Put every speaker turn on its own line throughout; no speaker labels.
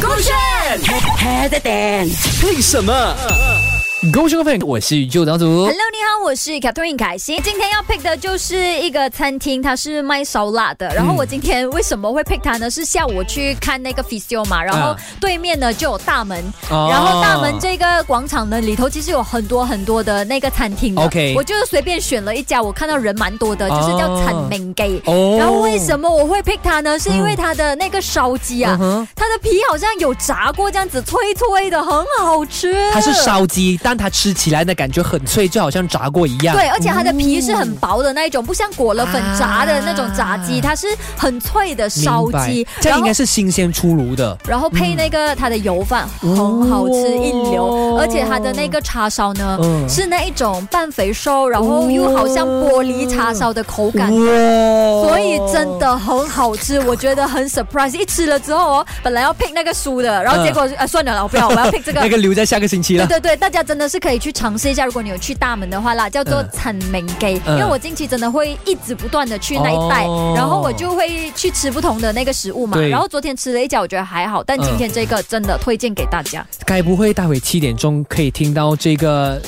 勾选 Head Dan。
为什么？勾兄粉，我是周长祖
Hello，。你好，我是 Catherine 凯欣。今天要 pick 的就是一个餐厅，它是卖烧腊的。然后我今天为什么会 pick 它呢？是下午我去看那个 f i s i o 嘛，然后
啊
对面呢就有大门，
哦
然后大门这个广场呢里头其实有很多很多的那个餐厅的。
OK
我就是随便选了一家，我看到人蛮多的，就是叫
哦
陈明记。
哦
然后为什么我会 pick 它呢？是因为它的那个烧鸡啊
嗯哼，
它的皮好像有炸过这样子，脆脆的，很好吃。
它是烧鸡，但它吃起来的感觉很脆，就好像炸过一样。嗯
对，而且它的皮是很薄的那一种，不像裹了粉炸的那种炸鸡，
啊
它是很脆的烧
明白
鸡，
这
然
样应
后
该是新鲜出炉的。
然后配那个它的油饭，很好吃一流，而且它的那个叉烧呢，
嗯哦
是那一种半肥瘦，然后又好像玻璃叉烧的口感。
哇
所以真的很好吃，我觉得很 surprise。一吃了之后哦，本来要 pick 那个酥的，然后结果、
嗯
啊算了啦，我不要，我要 pick 这个
那个留在下个星期了。
对对对，大家真的是可以去尝试一下，如果你有去大门的话啦，叫做
嗯
陈明街，因
嗯
为我近期真的会一直不断的去那一带，
哦
然后我就会去吃不同的那个食物嘛。
对
然后昨天吃了一家，我觉得还好，但今天这个真的推荐给大家。
该不会待会七点钟可以听到这个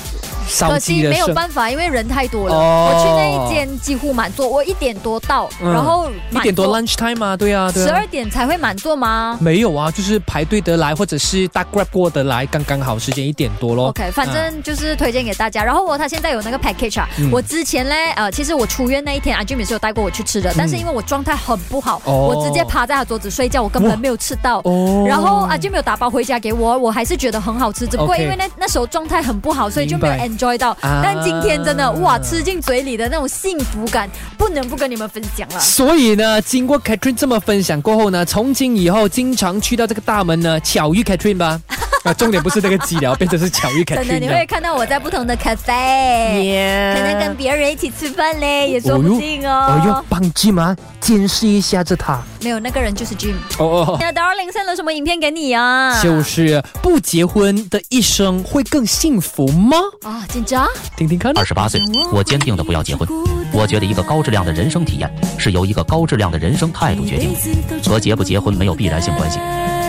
烧
可
鸡
惜
的
没有
声？
办法，因为人太多了。
哦
我去那一间几乎满座，我一点多到，
嗯
然后
一点多 lunch time 啊，对啊，对
十
啊
二。点才会满座吗？
没有啊，就是排队得来，或者是大 grab 过得来，刚刚好时间一点多咯。
OK，反
啊
正就是推荐给大家。然后我哦他现在有那个 package 啊，
嗯
我之前呢，呃，其实我出院那一天，阿俊也是有带过我去吃的，但是因为我状态很不好，
嗯哦
我直接趴在他桌子睡觉，我根
哇
本没有吃到。
哦
然后啊阿俊没有打包回家给我，我还是觉得很好吃，只不过
OK
因为那那时候状态很不好，所以就没有
明
enjoy 到。
啊
但今天真的哇，吃进嘴里的那种幸福感，不能不跟你们分享啊了。
所以呢，经过 Catherine 这么分享过后呢，从今以后经常去到这个大门呢，巧遇 Catherine 吧。啊，重点不是那个鸡聊，变成是巧遇 Catherine
真的，你会看到我在不同的 cafe，可能跟别人一起吃饭嘞，也说不定
哦哟
哦。，
帮 Jim 啊，监视一下这 他。
没有，那个人就是 Jim。
哦哦，
那 Darling 送了什么影片给你啊？
就是不结婚的一生会更幸福吗？
啊，紧张。
听听看。
二十八岁，我坚定的不要结婚。我觉得一个高质量的人生体验是由一个高质量的人生态度决定的，和结不结婚没有必然性关系。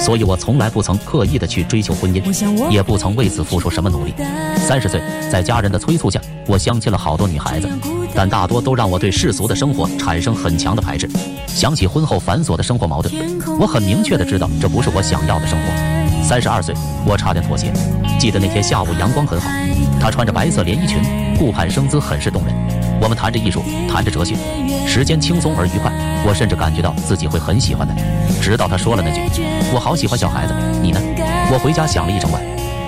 所以我从来不曾刻意的去追求婚姻，也不曾为此付出什么努力。三十岁，在家人的催促下，我相亲了好多女孩子，但大多都让我对世俗的生活产生很强的排斥。想起婚后繁琐的生活矛盾，我很明确的知道这不是我想要的生活。三十二岁，我差点妥协。记得那天下午阳光很好，她穿着白色连衣裙，顾盼生姿很是动人。我们谈着艺术，谈着哲学，时间轻松而愉快。我甚至感觉到自己会很喜欢她，直到她说了那句：“我好喜欢小孩子，你呢？”我回家想了一整晚，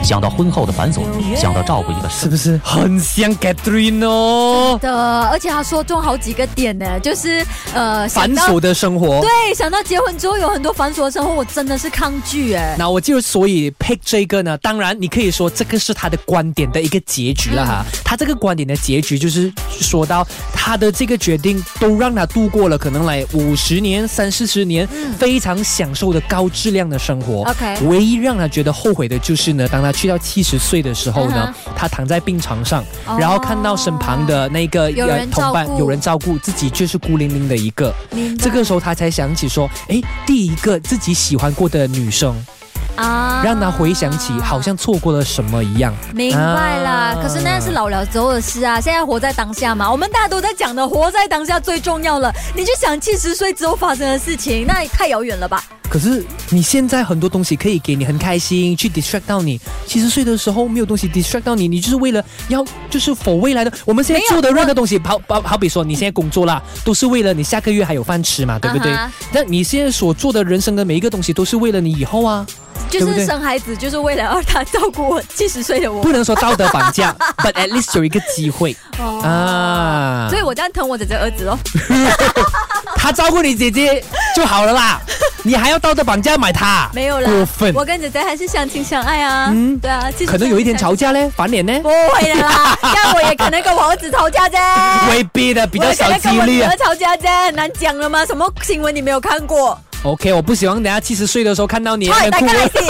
想到婚后的繁琐，想到照顾一个
是不是很像 Catherine 哦？
的，而且他说中好几个点呢，就是呃，
繁
想到
琐的生活。
对，想到结婚之后有很多繁琐的生活，我真的是抗拒哎。
那我就所以 pick 这个呢，当然你可以说这个是他的观点的一个结局了哈。
嗯
他这个观点的结局就是说到他的这个决定都让他度过了可能来五十年、三四十年，非常享受的高质量的生活。
嗯 OK
唯一让他觉得后悔的就是呢，当他去到七十岁的时候呢，他躺在病床上，
嗯哦
然后看到身旁的那个呃
有人照
同伴
顾
有人照顾，自己就是孤零零的一个。
明白
这个时候他才想起说，哎，第一个自己喜欢过的女生。
啊
让他回想起好像错过了什么一样。
明白啦
啊。
可是那是老了之后的事啊，现在活在当下嘛。我们大家都在讲的，活在当下最重要了。你去想七十岁之后发生的事情，那也太遥远了吧？
可是你现在很多东西可以给你很开心，去 distract 到你。七十岁的时候没有东西 distract 到你，你就是为了要就是否未来的。我们现在
没有
做的任何东西，好好好比说你现在工作啦，都是为了你下个月还有饭吃嘛，对不对
啊哈？
那、你现在所做的人生的每一个东西，都是为了你以后啊。
就
对不
是
对
生孩子，就是为了让他照顾我七十岁的我
不。能说道德绑 架，but at least 有一个机会
哦
啊
所。以我这样疼我姐姐儿子哦咯。
他照顾你姐姐就好了啦，你还要道德绑架买他？
没有啦，
过分。
我跟姐姐还是相亲相爱啊。嗯，对啊，其实
可能有一天吵架嘞，翻脸呢？
不会的 啦，但我也可能跟我儿子吵架啫。
未必 的，比
比
较少
我
几率啊
也可能跟我女儿。吵架啫，很难讲了吗？什么新闻你没有看过？
OK，我不希望等下七十岁的时候看到你
嗨，
在
大
哭
家。来信，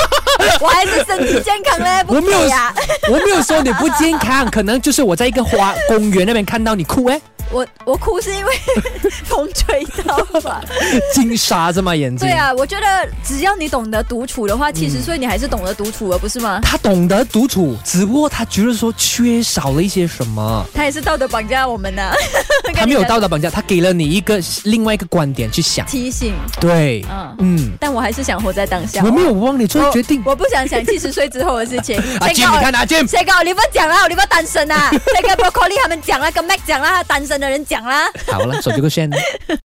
我还是 身体健康嘞，不 啊
我没有
对呀。，
我没有说你不健康，可能就是我在一个花公园那边看到你哭哎，
我我哭是因为 风吹到吧？
金沙这么眼睛。
对啊，我觉得只要你懂得独处的话，七十
嗯
岁你还是懂得独处的，不是吗？
他懂得独处，只不过他觉得说缺少了一些什么。
他也是道德绑架我们呢、啊 跟
他没有
你讲
道德绑架，他给了你一个另外一个观点去想。
提醒，
对，
嗯，
嗯，
但我还是想活在当下。
我没有忘你做决定
我，。我不想想七十岁之后的事 情。
阿
谁
健，
告
你看阿啊健，
谁告你不讲啦？你不单身啊？谁跟 Broccoli 他们讲啦，跟 Mac 讲啦，单身的人讲啦。
好了，手机给我 s